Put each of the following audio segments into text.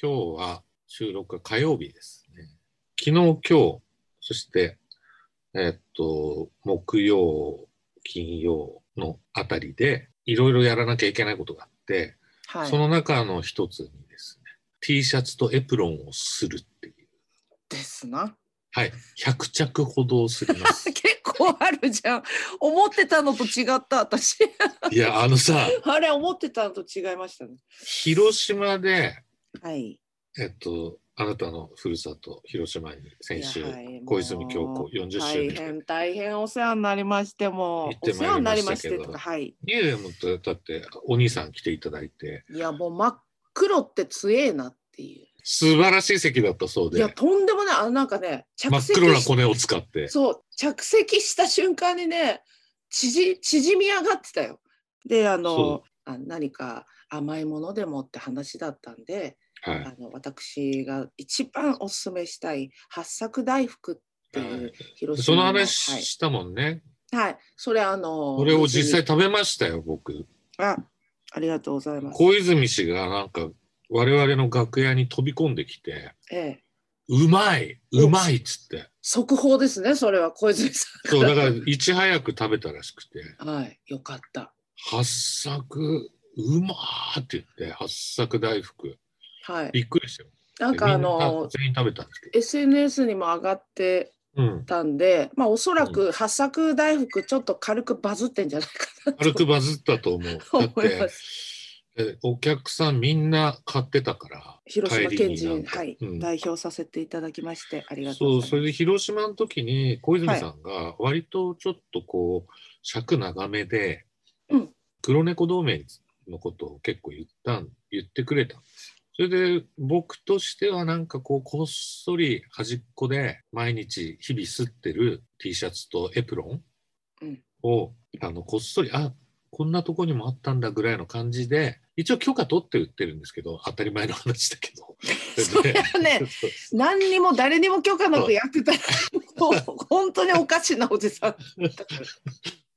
今日は収録が火曜日ですね。昨日、今日、そして、えっと、木曜、金曜のあたりで、いろいろやらなきゃいけないことがあって、はいそ。の中の一つにですね、T シャツとエプロンをするっていう、ですな。はい、100着ほどすります。 結構あるじゃん。思ってたのと違った私。いや、あのさ、あれ思ってたのと違いましたね。広島で、はい。えっと、あなたのふるさと、広島に先週、いやはい小泉今日もう子40周大年で変大変お世話になりましても行っおて世まい話りになまりしまたしてけどとかはいいやいやもうだってお兄さん来ていただいていやもう真っ黒って強えなってい素晴らしい席だったそうういやでとんでもないあのなんかね真着っ黒なし骨を使ってそう着席した瞬間にね縮縮み上がってたよであのそあ何か甘いものでもって話だったんではいあの私が一番おすすめしたい八作大福っていはう広そ島のの話したもんね、はい、はい、それあのこれを実際食べましたよ僕あありがとうございます。小泉氏がなんか我々の楽屋に飛び込んできてええ、 「うまいうまい」っつって速報ですね、それは小泉さそうだから いち早く食べたらしくてん。はい、よかった。 「八作うまー」って言って八作大福はい。びっくりしたよなんかみあんなの全員食べたんですけ SNS にも上がってど、うん、たんで、まあおそらく八作大福ちょっと軽くバズってんじゃないかなと軽くバズったと思うだっ 思いまてえお客さんみんな買ってたから広島帰り県になん人、かはい、うん代表させていただきましてありがとうそごうざいそまれで広島の時に小泉さんが割とちょっとこう尺長めで、うん黒猫同盟のことを結構言ったん言ってくれたんですそれで僕としてはなんかこうこっそり端っこで毎日日々吸ってる T シャツとエプロンうんを、あのこっそりあこんなとこにもあったんだぐらいの感じで一応許可取って売ってるんですけど当たり前の話だけ ど。す。それは ね、何にも誰にも許可なくやってたら、もう本当におかしなおじさん。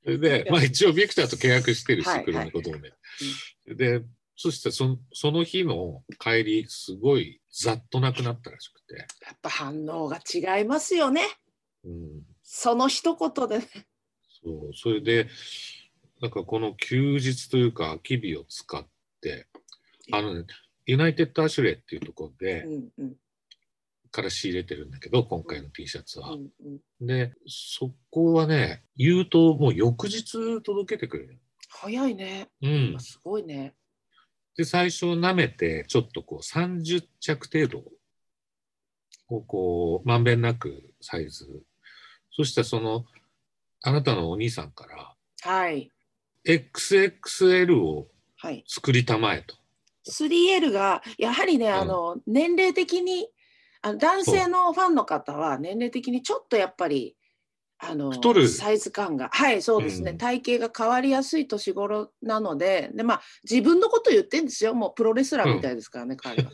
それで、まあ、一応ビクターと契約してるしはいはい、黒猫同盟。で、そしてそのその日の帰り、すごいざっとなくなったらしくて、やっぱ反応が違いますよね。うん、その一言でね。そうそれで、なんかこの休日というか、空き日を使って、あのね、ユナイテッドアシュレイっていうところで、うんうんから仕入れてるんだけど、今回の T シャツうは。んうん。で、そこはね、言うと、もう翌日届けてくれる。早いね。うん、すごいね。で最初舐めてちょっとこう30着程度をこうまんべんなくサイズそしたらそのあなたのお兄さんからはい。 XXL をはい。作りたまえと 3L がやはりね、んあの年齢的にあの男性のファンの方は年齢的にちょっとやっぱりあの太るサイズ感がはいそうですね、うん体型が変わりやすい年頃なのでで、まあ、自分のこと言ってんですよもうプロレスラーみたいですからね、彼 は。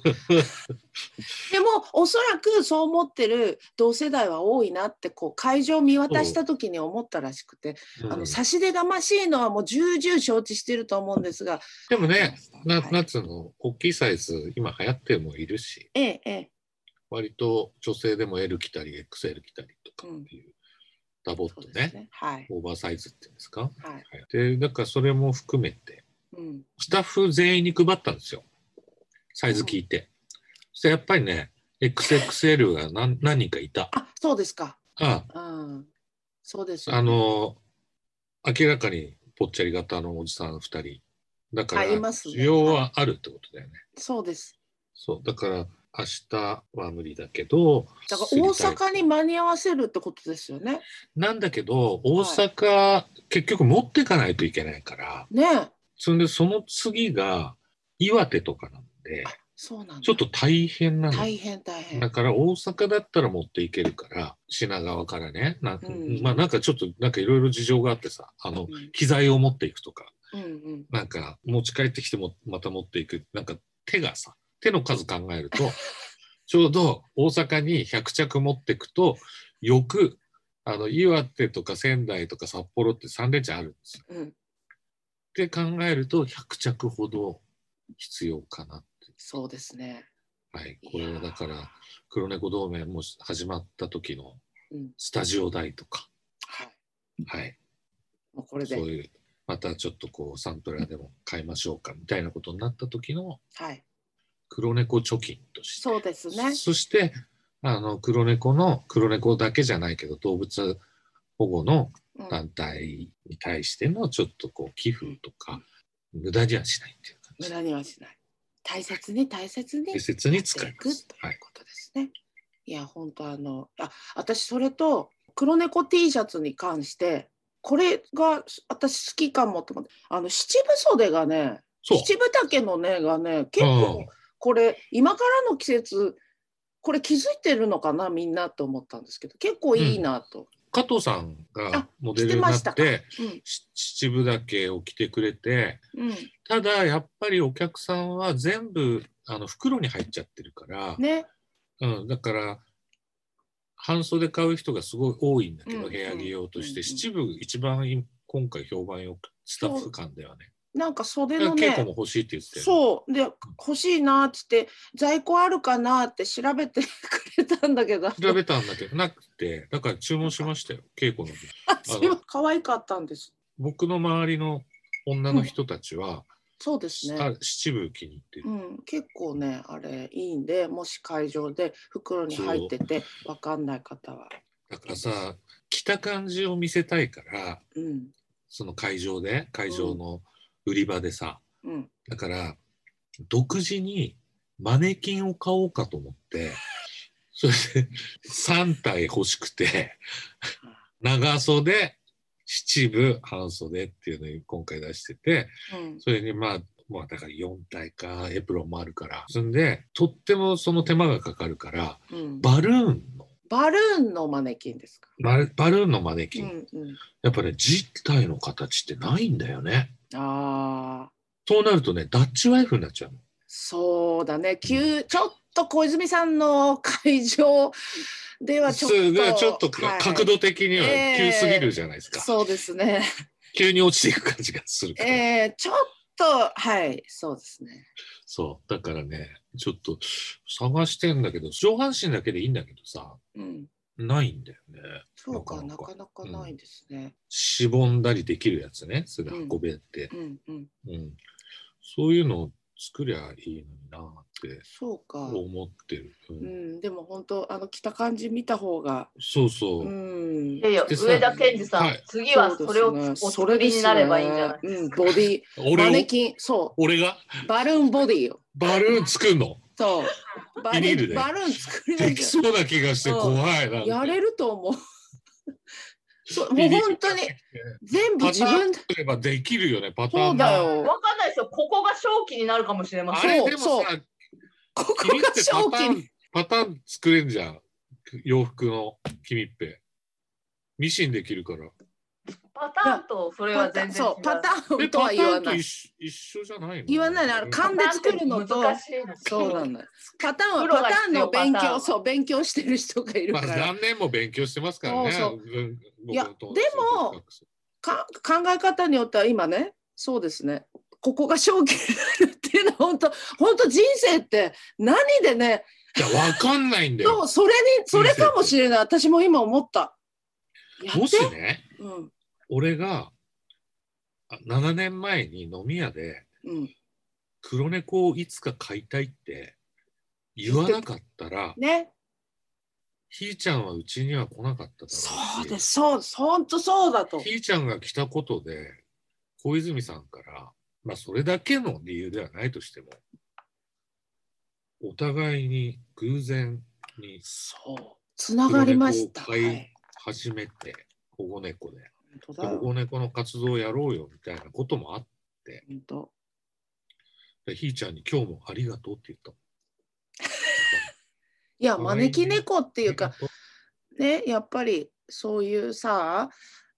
でもおそらくそう思ってる同世代は多いなってこう会場を見渡した時に思ったらしくて、うんあの差し出がましいのはもう重々承知してると思うんですが、でもねなはいなんつうの大きいサイズ今流行ってもいるしええええ割と女性でも L 着たり XL 着たりとかっていう、ダボっそとうでねすね。はい。オーバーサイズっていうんですか、ははい。いでだからそれも含めてうん。スタッフ全員に配ったんですよ。サイズ聞いて。そしてやっぱりね、XXL が何何人かいた。あ、そうですか。あうん。そうです、あ、の、明らかにぽっちゃり型のおじさん2人。だから、あいますね需要はあるってことだよね。そうです。そう、だから明日は無理だけど、だから大知りたい阪に間に合わせるってことですよね。なんだけど、大阪、結局持ってかないといけないから、ねえ。そんでその次が岩手とかなんで、そうなんだ。ちょっと大変なのよ大変大変。だから大阪だったら持っていけるから品川からねな、うんまあなんかちょっとなんかいろいろ事情があってさあのうん機材を持っていくとかうんうん。なんか持ち帰ってきてもまた持っていくなんか手がさ手の数考える とちょうど大阪に100着持っていくと翌あの岩手とか仙台とか札幌って3連チャンあるんですよ。うん。って考えると100着ほど必要かなってそうですね。はい、これはだから黒猫同盟も始まった時のうんスタジオ代とか、はい、はい、もうこれそうで、いうまたちょっとこうサントラでも買いましょうかみたいなことになった時のはい、黒猫貯金としてそうですね。そしてあの黒猫の黒猫だけじゃないけど動物保護のうん団体に対してのちょっとこう寄付とか無駄にはしないっていう感無じ駄にはしない。大切に大切に大切に使いますはやっていいくということですね。い、や本当あのあ私それと黒猫 T シャツに関してこれが私好きかもと思ってあの七分袖がねそう七分丈のねがね結構これ今からの季節これ気づいてるのかなみんなと思ったんですけど結構いいなと。加藤さんがあモデルになしてっましたてし秩父だけを着てくれてうん、うん、ただやっぱりお客さんは全部あの袋に入っちゃってるから、ねうん、だから半袖買う人がすごい多いんだけど、うん部屋着用として、うん秩父一番い今回評判よくスタッフ間ではねなんか袖だかのらね稽古も欲しいって言ってたよねそうで欲しいなっつって在庫あるかなって調べてくれたんだけど調べたんだけどなくてだから注文しましたよ稽古の時今可愛かったんです僕の周りの女の人たちは、そうですあね、秩父気に入ってる、うん、結構ねあれいいんでもし会場で袋に入っててわかんない方は、だからさ着た感じを見せたいからうんその会場で会場の売り場でさ、うん、だから、独自にマネキンを買おうかと思って、それで3体欲しくて、長袖、七分、半袖っていうのに今回出してて、うん、それにまあ、まあだから4体か、エプロンもあるから。そんで、とってもその手間がかかるから、うん、バルーンの、バルーンのマネキンですか、バルバルーンのマネうキン、んうん、やっぱね、実体の形ってないんだよね。あーそうなるとね、ダッチワイフになっちゃうの。そうだね急ちょっと小泉さんの会場ではちょっすごといちょっとはい角度的には急すぎるじゃないですか、そうですね急に落ちていく感じがするから、えー、ちょっとはいそうですねそうだからねちょっと探してんだけど上半身だけでいいんだけどさうんないんだよねそうかななかかなかないですねしぼんだりできるやつねそれで運べって、うんうんうんそういうのを作りゃいいのになってそうか思ってる、うんうんでも本当あの着た感じ見た方がそうそう、うんいやいや、でさ上田健二さん、はい次はうそれをですねお作りになればいいんじゃないそれですねうんボディ俺マをネキンそ俺がうバルーンボディよバルーン作る のそうバビニルールでーンバルーン作りなでいきそうな気がして怖いなやれると思うそうもビうニール本当に全部自分で作ればできるよねパターンそうだわよかんないですよ。ここが正気になるかもしれまあせん。れそうでもさここ君がってパ正タ気ーンパターン作れんじゃん洋服の君っぺミシンできるからパターンとそれパはター全ン然違うそ。うパターえンとはパタ言ーわンとない一緒一緒じゃないの言わないのあれパ勘でターンって作るのと難しいのそうなんだよパターンプはロがパターンの勉必要パターン強はそう勉強してる人がいるまかあら何年も勉強してますからねそううん僕いやの友で達もか考え方によっては今ねそうですねここが正気になるっていうのは 本当本当人生って何でねいやわかんないんだそようそれにそれかもしれない私も今思ったやもっ、してねうん俺があ7年前に飲み屋でうん、黒猫をいつか飼いたいって言わなかったらねひーちゃんはうちには来なかっただろうしそうですそう本当そうだとひーちゃんが来たことで、小泉さんから、まあそれだけの理由ではないとしても、お互いに偶然にそうつながりました、黒猫を飼いはい初めて保護猫で、本で当だ保よ護猫の活動をやろうよみたいなこともあっ本当て、ひーちゃんに今日もありがとうって言ったの。いや可愛いね招き猫ってていうか、ねやっぱりそういうさ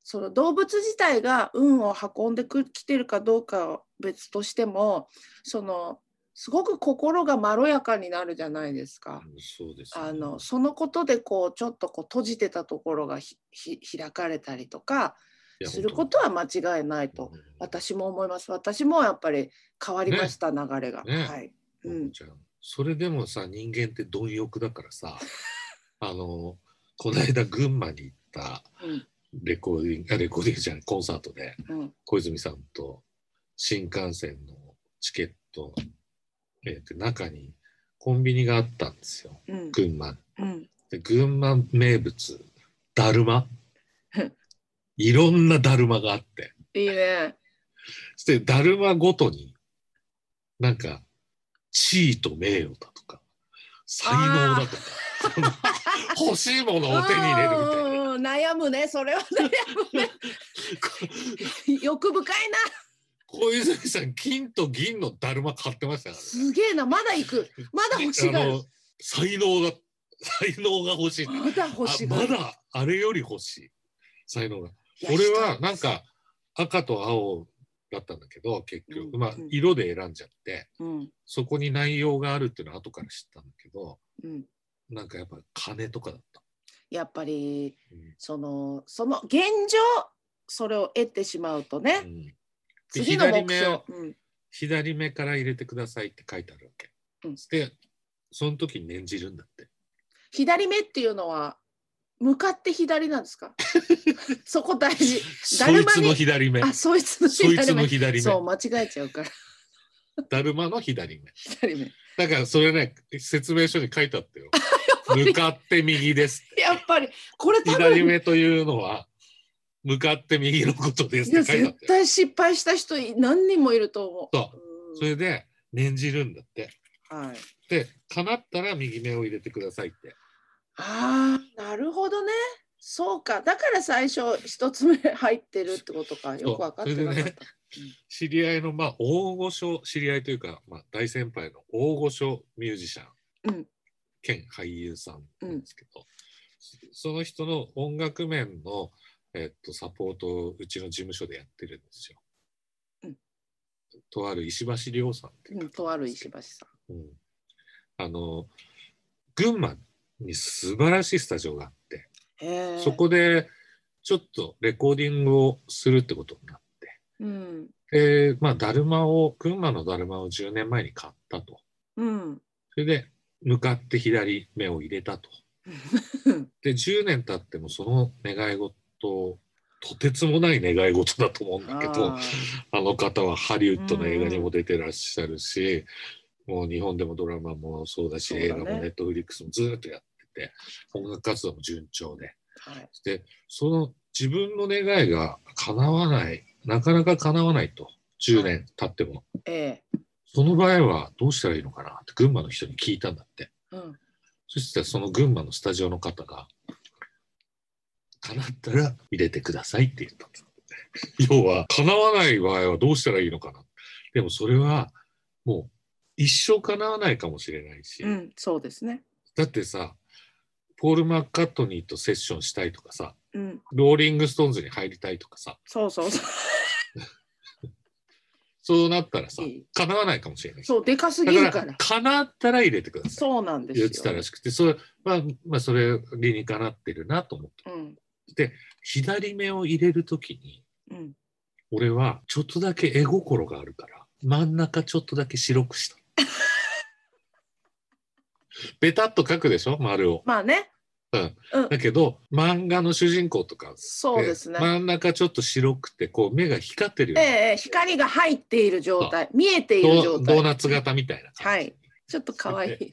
その動物自体が運を運んでくきてるかどうかは別としてもそのすごく心がまろやかになるじゃないですか。うんそうです、あのそのことでこうちょっとこう閉じてたところがひひ開かれたりとかいやすることは間違いないと本当に私も思います私もやっぱり変わりました、流れが、ねはい、ううんんちゃんそれでもさ人間って貪欲だからさあのこの間群馬に行ったうんレコーディングあレコーディングじゃないコンサートでうん小泉さんと新幹線のチケット、えー、で中にコンビニがあったんですようん群馬うんで群馬名物だる まうんいろんなだるまがあっていいねそしてだるまごとになんか地位と名誉だとか才能だとかその欲しいものを手に入れるみたいな。 うんうん悩むねそれは悩む ね欲深いな小泉さん金と銀のだるま買ってましたからねすげえなまだ行くまだ欲しがあるの才能が才能が欲しいまだ欲しがあまるだあれより欲しい才能がいや俺はなんか赤と青だったんだけど結局、うんまあうん色で選んじゃってうんそこに内容があるっていうのは後から知ったんだけどうんなんかやっぱ金とかだった、やっぱりうんそのその現状それを得てしまうとね、うんで次の目左目標を、うん左目から入れてくださいって書いてあるわけ、うんでその時に念じるんだって左目っていうのは向かって左なんで すかそこ大事だそるいまつにの左目あそいつのそいつ左の目左目そう間違えちゃうからだるまの左目左目だからそれね説明書に書いてあった よ向かって右ですやっぱりこれ多左分目というのは向かって右のことですいって書やいてあっ絶たよ対失敗した人何人もいると思う。そううんそれで念じるんだってはい、で叶ったら右目を入れてくださいってあーなるほどねそうかだから最初一つ目入ってるってことかよく分かってなかそうそれった。でね知り合いのまあ大御所知り合いというか、まあ、大先輩の大御所ミュージシャン、うん兼俳優さんなんですけど、その人の音楽面の、えっと、サポートをうちの事務所でやってるんですよ。うん、とある石橋亮さんっていううんとある石橋さうん、あの群馬に素晴らしいスタジオがあって、ん。へーそ、こでちょっとレコーディングをするってことになって。うんで、まあ、だるまを、群馬のだるまを10年前に買ったと。うん、それで、向かって左目を入れたと。で、10年経ってもその願い事、とてつもない願い事だと思うんだけど、ああーの方はハリウッドの映画にも出てらっしゃるし、もう日本でもドラマもそうだし、そう映だ画ねもネットフリックスもずーっとやってて、音楽活動も順調で。はいで、その自分の願いが叶わない、なかなか叶わないと、10年経っても。えその場合はどうしたらいいのかなって群馬の人に聞いたんだって。えうん、そしたらその群馬のスタジオの方が、叶ったら入れてくださいって言ったんです。要は、叶わない場合はどうしたらいいのかな。でもそれは、もう一生叶わないかもしれないし、うん、そうですね。だってさ、ポール・マッカートニーとセッションしたいとかさ、うん、ローリング・ストーンズに入りたいとかさ、そうそうそうそうなったらさいい、叶わないかもしれないし。そうでかすぎるだかからら、叶ったら入れてください。そうなんですよ。言ってたらしくてそれ,、まあまあ、それ理にかなってるなと思ってうん左目を入れる時にうん、俺はちょっとだけ絵心があるから真ん中ちょっとだけ白くした ベタっと描くでしょ丸をまあね、だけど漫画の主人公とかそうですね。真ん中ちょっと白くてこう目が光ってるよえうえな、ええ光が入っている状態、見えているド状ードー態。ナツ型みたいな感じ、はいちょっと可愛い。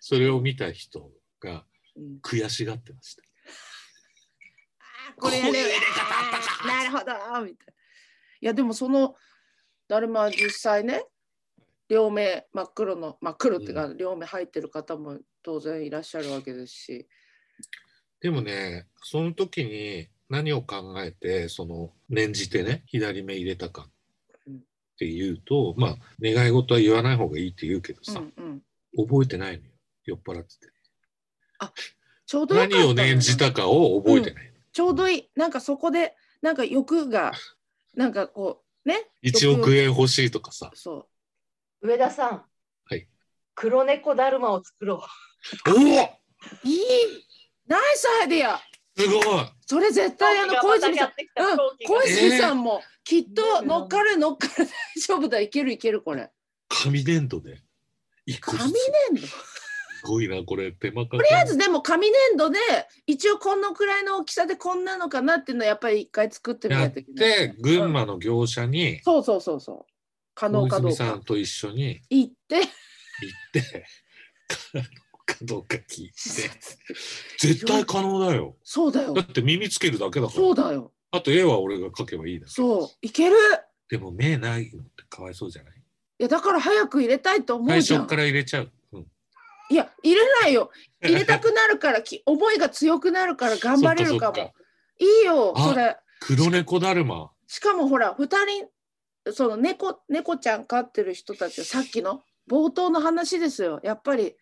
それを見た人がうん悔しがってましたあーこれやれこういう入れ方あったあかーなるほどーみたいな。いやでもそのだるま実際ね両目真っ黒の真っ黒っていうか、両目入ってる方も当然いらっしゃるわけですし。でもね、その時に何を考えて、その念じてね、左目入れたかっていうと、まあ、願い事は言わない方がいいって言うけどうさ、んうん、覚えてないのよ。酔っ払ってて。ちょうどよかった何を念じたかを覚えてない。ちょうどいいなんかそこでなんか欲がなんかこうね1億円欲しいとかさ。そ上田さん。はい。黒猫だるまを作ろう。おおういいナイスアイデアすごいそれ絶対あの小泉さんうん、小え泉さんもきっえとー乗っかる乗っかる大丈夫だいけるいけるこれ紙粘土でいく紙つ粘土すごいな、これ、手間かかとりあえずでも紙粘土で一応このくらいの大きさでこんなのかなっていうのはやっぱり一回作ってみなやいっといけない。て、群馬の業者に、そうそうそうそう。可能大かど泉うさかん。と一緒に行って行って、可能かどうか聞いて、絶対可能だよ。そうだよだ。って耳つけるだけだかそうら。だよ。あと絵は俺が描けばいいだけ。そう。いける。でも目ないのってかわいそうじゃないいやだから早く入れたいと思う最じゃ初んか。ら入れちゃう。うんいや入れな いよ。入れたくなるからき思いが強くなるから頑張れるか そっもか。いいよあそれ。黒猫だるま。しかもほら2人その猫猫ちゃん飼ってる人たちさっきの冒頭の話ですよやっぱり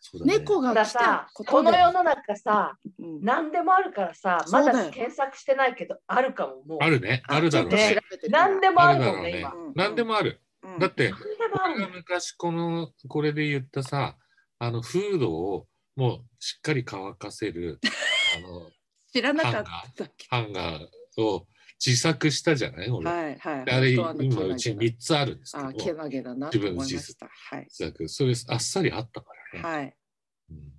そうだね猫がだ来たさこことので、世の中さうん何でもあるからさそまうだよだ検索してないけどあるかももうあるね。あるだろうちょっねと。調べてみよう何でもあるだもろんうねね今。うん何でもある。うんだって、何でもあ俺がる昔このこれで言ったさあのフードをもうしっかり乾かせ るあの知らなかったっけハンガーを自作したじゃない俺、はいはいであれ本当今はねうちに3つあるんですけあどけ自なげだなと思いま自分のしたはい作それあっさりあったからね、はいうん、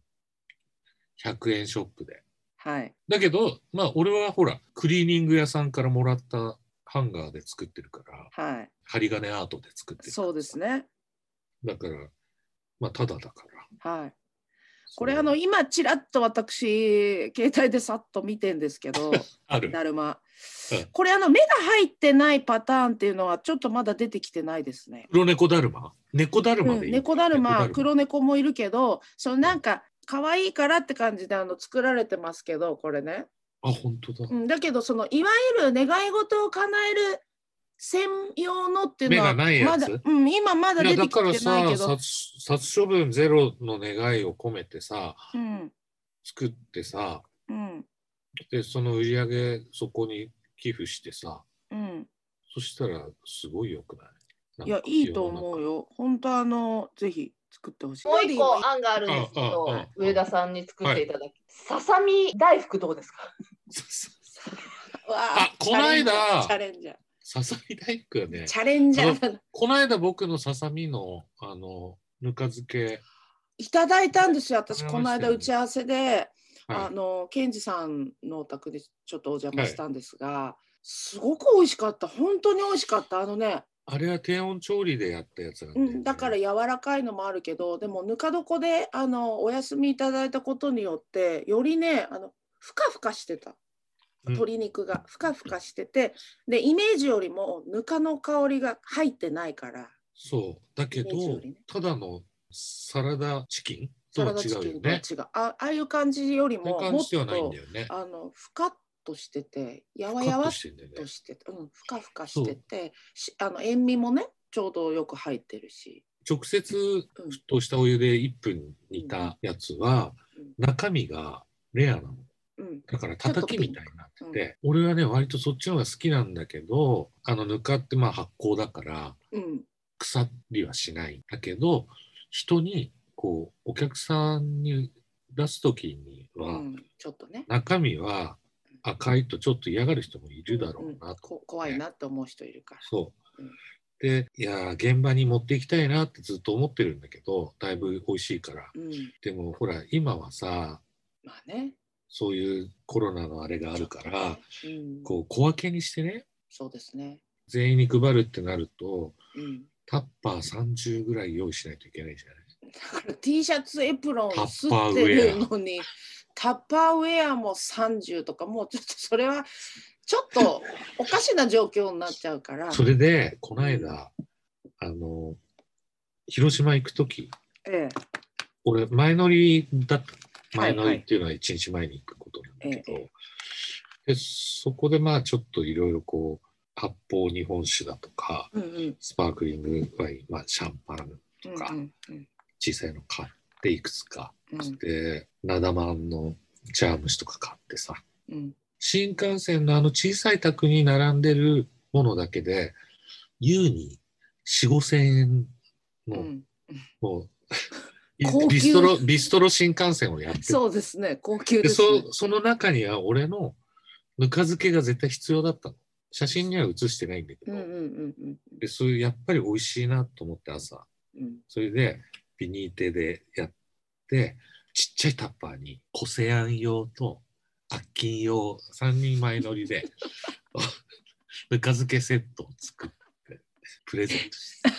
100円ショップではいだけどまあ俺はほらクリーニング屋さんからもらったハンガーで作ってるからはい針金アートで作ってるそうですねだからまあただだからはいこれあの今ちらっと私携帯でさっと見てんですけどあるだるまうん。これあの目が入ってないパターンっていうのはちょっとまだ出てきてないですね。黒猫だるま猫だるまうでいい、ん、猫だる猫だまるま黒猫もいるけどそのなんか可愛いからって感じであの作られてますけどこれね、あ本当だ、うん、だけどそのいわゆる願い事を叶える専用のっていうのは目がないやまだつ、うん、今まだいや出だてきからてなさいけど、殺殺処分ゼロの願いを込めてさうん作ってさうんでその売り上げそこに寄付してさうん、そしたらすごいよくないいやいいと思うよ。よ本当あのぜひ作ってほしい。もう一個案があるんですけうんうどんうん上田さんに作っていただきささみ大福どうです かあこないだチャレンジャーささみ大福はねチャレンジャー。この間僕のささみのあのぬか漬け、いただいたんですよ私わかこりのました間よ打ち合わせで、あはい、のケンジさんのお宅にちょっとお邪魔したんですが、すごく美味しかった本当に美味しかったあのね、あれは低温調理でやったやつなんだうよねん、だから柔らかいのもあるけどでもぬか床であのお休みいただいたことによってよりねあのふかふかしてたうん鶏肉がふかふかしててでイメージよりもぬかの香りが入ってないからそうだけイメージど、よりねただのサラダチキンとサはラダ違チキうよンとは違ね。うあああいう感じよりそういもうも感っじではないんとだよね。あのふかっとしててやわカやッわトっしてんだよとね。してて、うん、ふかふかしててしあの塩味もねちょうどよく入ってるし、直接沸うん、騰したお湯で1分煮たやつはうん中身がレアなの。うんだから叩きみたいになってて、俺はね割とそっちの方が好きなんだけどあのぬかってまあ発酵だからうん腐りはしないんだけど人にこうお客さんに出す時にうは、ん、ちょっとね中身は赤いとちょっと嫌がる人もいるだろうなと、んんこ怖いなって思う人いるから、そううん。でいやー現場に持っていきたいなってずっと思ってるんだけどだいぶ美味しいからうん、でもほら今はさまあねそういうコロナのあれがあるから、ちょっとねうん、こう小分けにしてねそうですね、全員に配るってなるとうん、タッパー30ぐらい用意しないといけないじゃないだから T シャツエプロンタ吸ッパーっウてェアるのにタッパーウェアも30とかもうちょっとそれはちょっとおかしな状況になっちゃうから。それでこの間あの広島行く時ええ俺前乗りだったはい前乗りっていうのは1日前に行くことなんだけど、えでそこでまあちょっといろいろこう発泡日本酒だとかうんうんスパークリングワイン、まあ、シャンパンうんかうんうん小さいの買っていくつか、うんでナダマンのチャームシとか買ってさうん新幹線のあの小さい卓に並んでるものだけで優に4 5千円うの、んも う高級ビストロビストロ新幹線をやっててそうですね高級でです、ねそその中には俺のぬか漬けが絶対必要だったの写真には写してないんだけうど、んうんうんうんでそういうやっぱり美味しいなと思って朝うんそれでビニーテでやってちっちゃいタッパーにコセアン用と悪菌用3人前乗りで ぬか漬けセットを作ってプレゼントして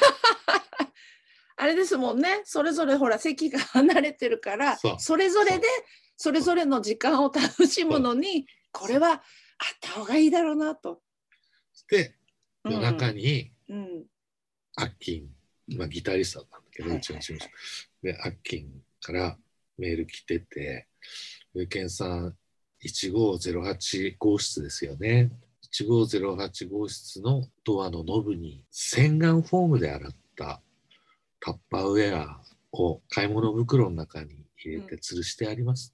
あれですもんねそれぞれほら席が離れてるからそうそれぞれでそれぞれの時間を楽しむのにこれはあった方がいいだろうなと。でうん夜中にうんアッキン、まあ、ギタリストだったんだけど、はいうちの事務所。で、アッキンからメール来てて、ウェケンさん、1508号室ですよね。1508号室のドアのノブに洗顔フォームで洗ったタッパーウェアを買い物袋の中に入れて吊るしてあり ます。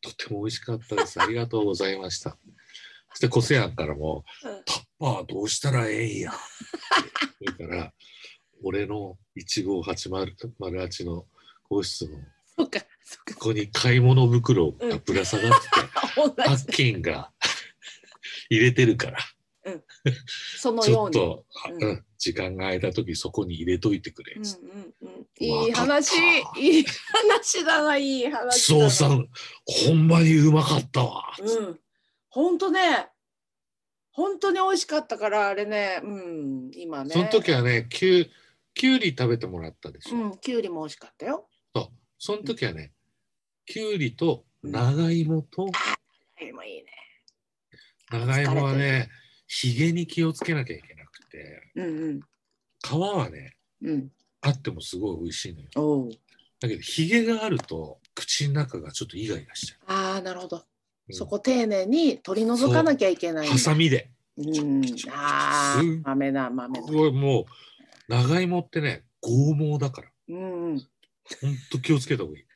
とても美味しかったです。ありがとうございました。そしてコセアンからも、タッパーどうしたらええんや。だから、俺の15808の皇室のそうかそうここに買い物袋がぶら下が ってて、かパ同じッキンが入れてるから、そのちよょうっに。と、あううんん時間が空いた時そこに入れといてくれう。んうんうんいいわかった話いい話だないい話だな。そうさん、ほんまにうまかったわ。うん、本当ね、本当に美味しかったからあれね、うん、今ね。その時はね、きゅうきゅうり食べてもらったでしょ。うん、きゅうりも美味しかったよ。その時はね、きゅうりと長芋と、あれもいいね。長芋はね、ひげに気をつけなきゃいけなくて、うん皮はね、うんうん。あってもすごい美味しいのよ。おうだけど、ひげがあると、口の中がちょっとイガイガしちゃああ、なるほど。うんそこ丁寧に取り除かなきゃいけなう。い。ハサミで。うん。あすあっごい、豆な豆な。すごいもう、長芋ってね、剛毛だから、うんうん。ほんと気をつけた方がいい。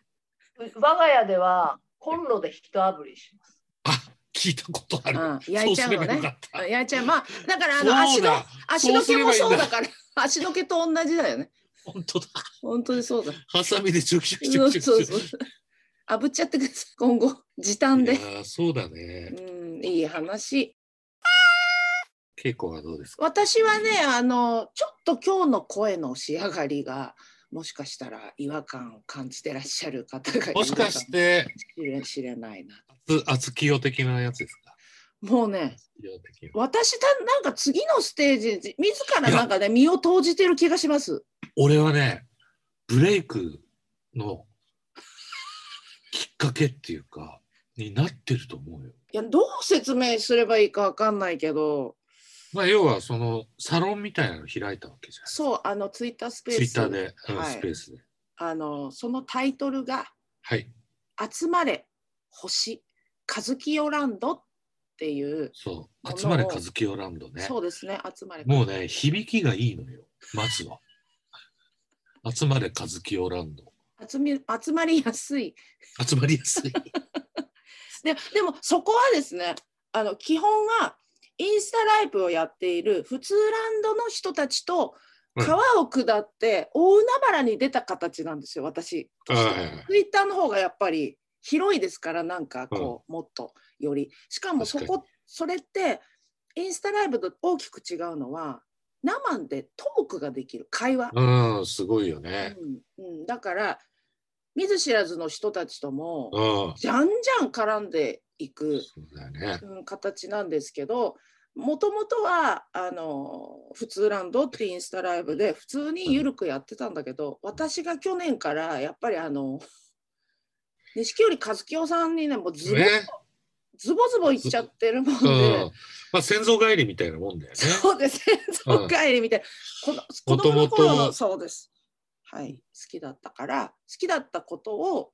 我が家ではコンロで一炙りします。あ聞いたことある。あ焼いちゃうのそすれねばよかっあたやいちゃん、まあだからあのそ足うのだ足の毛そもそすればういいんうだだから、足の毛と同じだよね。本当だ。本当にそ うだ。ハサミでチョキチョキチそョうキチそョうキチそョう。炙っちゃってください。今後時短キ。でい。やーそうだね。うん、いい話。稽古はどうですか私はね、あの、ちょっと今日の声の仕上がりが。もしかしたら違和感を感じてらっしゃる方がいるもしかして、れ知れないな。厚厚清的なやつですかもうね、厚清的な私たなんか次のステージ自自らなんかね身を投じてる気がします。俺はねブレイクのきっかけっていうかになってると思うよ。いやどう説明すればいいかわかんないけど、まあ、要はそのサロンみたいなの開いたわけじゃそうあのツイッタースペーん。スツイッターで、うんはいスペースで。あのそのタイトルがはい、集まれ星カズキヨランドっていう、そう。集まれ和清ランドね。そうですね集まれもうね、響きがいいのよ、まずは。集まれ和清ランド。集め集まりやすい集まりや すい。ででもそこはですねあの基本はインスタライブをやっている普通ランドの人たちとうん川を下って大海原に出た形なんですよ私としてははいはいはいツイッターの方がやっぱり広いですからなんかこう、もっとよりしかもそ確こそれってインスタライブと大きく違うのは生でトークができる会話、うん、すごいよね。うんうん、だから見ず知らずの人たちとも、うん。そじゃんじゃん絡んでいく、うだよね。うん、形なんですけどもともとはあの普通ランドってインスタライブで普通にゆるくやってたんだけど私が去年からやっぱりあの錦織一清さんにねもうズボ,、ね。ズボズボいっちゃってるもんうんで。。まあ、先祖返りみたいなもんだよね。そうです。 そう帰りみたいな。このもと子供のもと頃のそうです。はい、好きだったから好きだったことを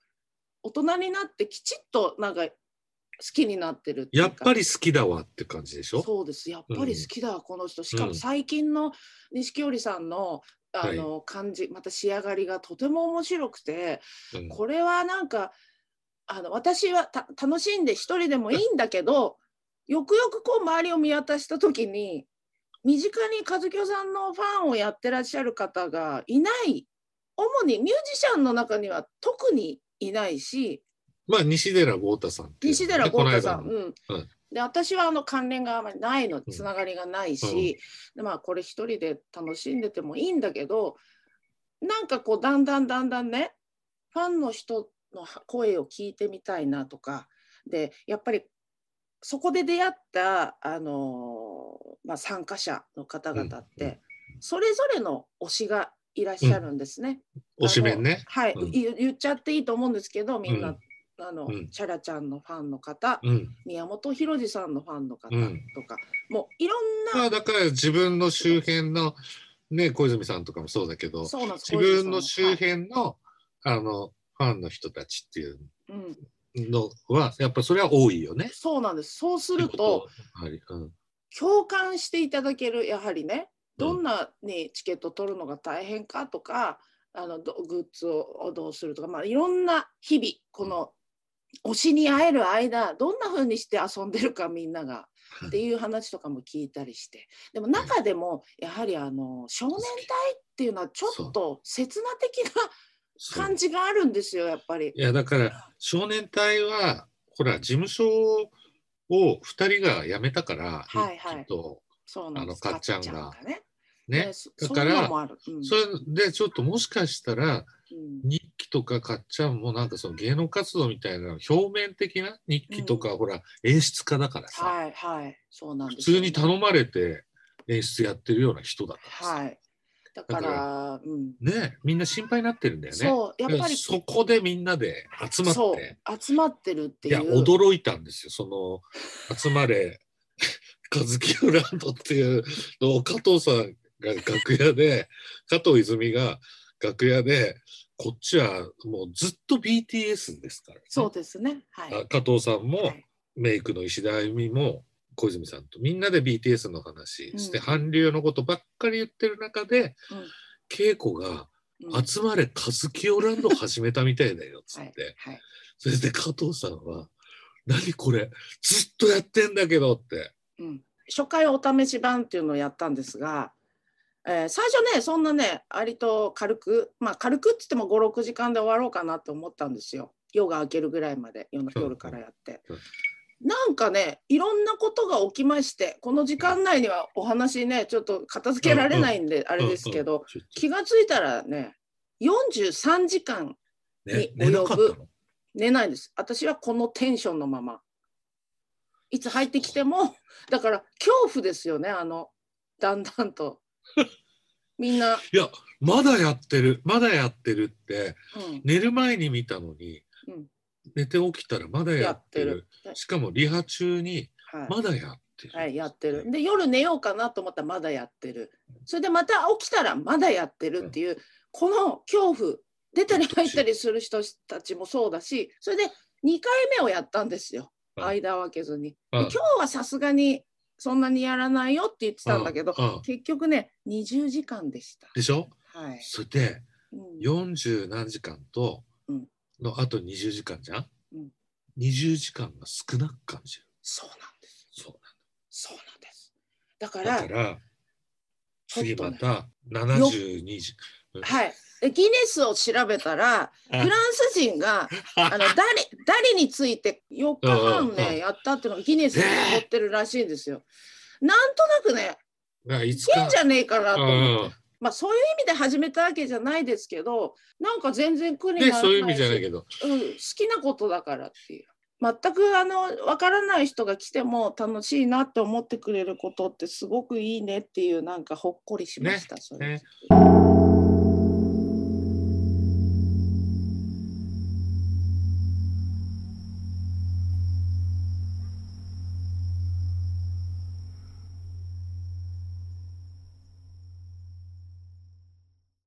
大人になってきちっとなんか好きになってるっていうやかっぱり好きだわって感じでしょそうです。やっぱり好きだ、この人。しかうもん最近の錦織さんのあの感じ、また仕上がりがとても面白くて、うんこれはなんかあの私はた楽しんで一人でもいいんだけどよくよくこう周りを見渡した時に身近に和清さんのファンをやってらっしゃる方がいない主にミュージシャンの中には特にいないしまあ西寺豪太さんっていう西寺豪太さん、この間のうんうんで私はあの関連があまりないのんつながりがないし、でまあこれ一人で楽しんでてもいいんだけどなんかこうだんだんだんだんねファンの人の声を聞いてみたいなとかでやっぱりそこで出会った、あのーまあ、参加者の方々って、うんうんそれぞれの推しがいらっしゃるんですね。推しメンね。はい、うん言言っちゃっていいと思うんですけどみんな、うんあのうんチャラちゃんのファンの方、うん。宮本浩次さんのファンの方とか、うんもういろんまな、あだから自分の周辺の、ね、小泉さんとかもそうだけど、そうなんです自分の小周泉辺の、あの、ファンの人たちっていうさんのはいうん、のは、やっぱそれは多いよね。そうなんですそうすすると、はい、うん。共感していただけるやはりねどんなにチケット取るのが大変かとかあのどグッズをどうするとか、まあ、いろんな日々この推しに会える間どんな風にして遊んでるかみんながうんっていう話とかも聞いたりしてでも中でもやはりあの少年隊っていうのはちょっと刹那的そなう感じがあるんですよやっぱりい。やだから少年隊はほら事務所を2人が辞めたから、はいはいきっとそうなんですあのかっちゃんがねねねそだからそういうのもある、うんそれでちょっともしかしたらうん日記とかかっちゃんもなんかその芸能活動みたいな表面的な日記とか、ほら演出家だからさ、はいはい、そうなんです普よ通に頼まれて演出やってるような人だからさ、はい。だから、だうん、ねみんな心配になってるんだよね。そう、やっぱり、そこでみんなで集まっそうて。集まってるっていいう。や驚いたんですよその「集まれ 和樹フランド」っていうのを加藤さんが楽屋で加藤泉が楽屋でこっちはもうずっと BTS ですからね、そうですね。はい。あ加藤さんもはいメイクの石田あゆみも小泉さんとみんなで BTS の話して、うん韓流のことばっかり言ってる中で、うん稽古が「うん集まれ和樹オランド」始めたみたいだよっつはっいて。はい。それで加藤さんは「何これずっとやってんだけど」ってうん。初回お試し版っていうのをやったんですが、えー最初ね、そんなね、割と軽く、まあ軽くっつっても5、6時間で終わろうかなと思ったんですよ。夜が明けるぐらいまで夜うん夜からやってうん。なんかねいろんなことが起きましてこの時間内にはお話ねちょっと片付けられないんでああれですけうど、んうん気がついたらね43時間ねに寝なかったの寝ないんです私はこのテンションのままいつ入ってきてもだから恐怖ですよねあのだんだんとみんな、いやまだやってるまだやってるってうん、寝る前に見たのに、うん寝て起きたらまだやってるやってるしかもリハ中にはい、まだやってる、はい、やってるで夜寝ようかなと思ったらまだやってるそれでまた起きたらまだやってるっていう、この恐怖出たり入ったりする人たちもそうだしそれで2回目をやったんですようん間を空けずに。うんで今日はさすがにそんなにやらないよって言ってたんだけど、うんうん結局ね20時間でした。でしょはい、それでうん40何時間とうんのあと20時間じゃん、うん20時間が少なく感じるそうなんです。そうそうなんです。だかだかららちょっ次とまねた72時はい、でギネスを調べたらフランス 人があの誰誰について4日半うんうんねやったっていうのがギネスに載ってるらしいんですよ。なんとなくねまあ、いいつけかんじゃねえかなと思ってうんまあそういう意味で始めたわけじゃないですけどなんか全然苦になでらないしそういう意味じゃないけど、うん、好きなことだからっていう全くあの分からない人が来ても楽しいなって思ってくれることってすごくいいねっていうなんかほっこりしました、それね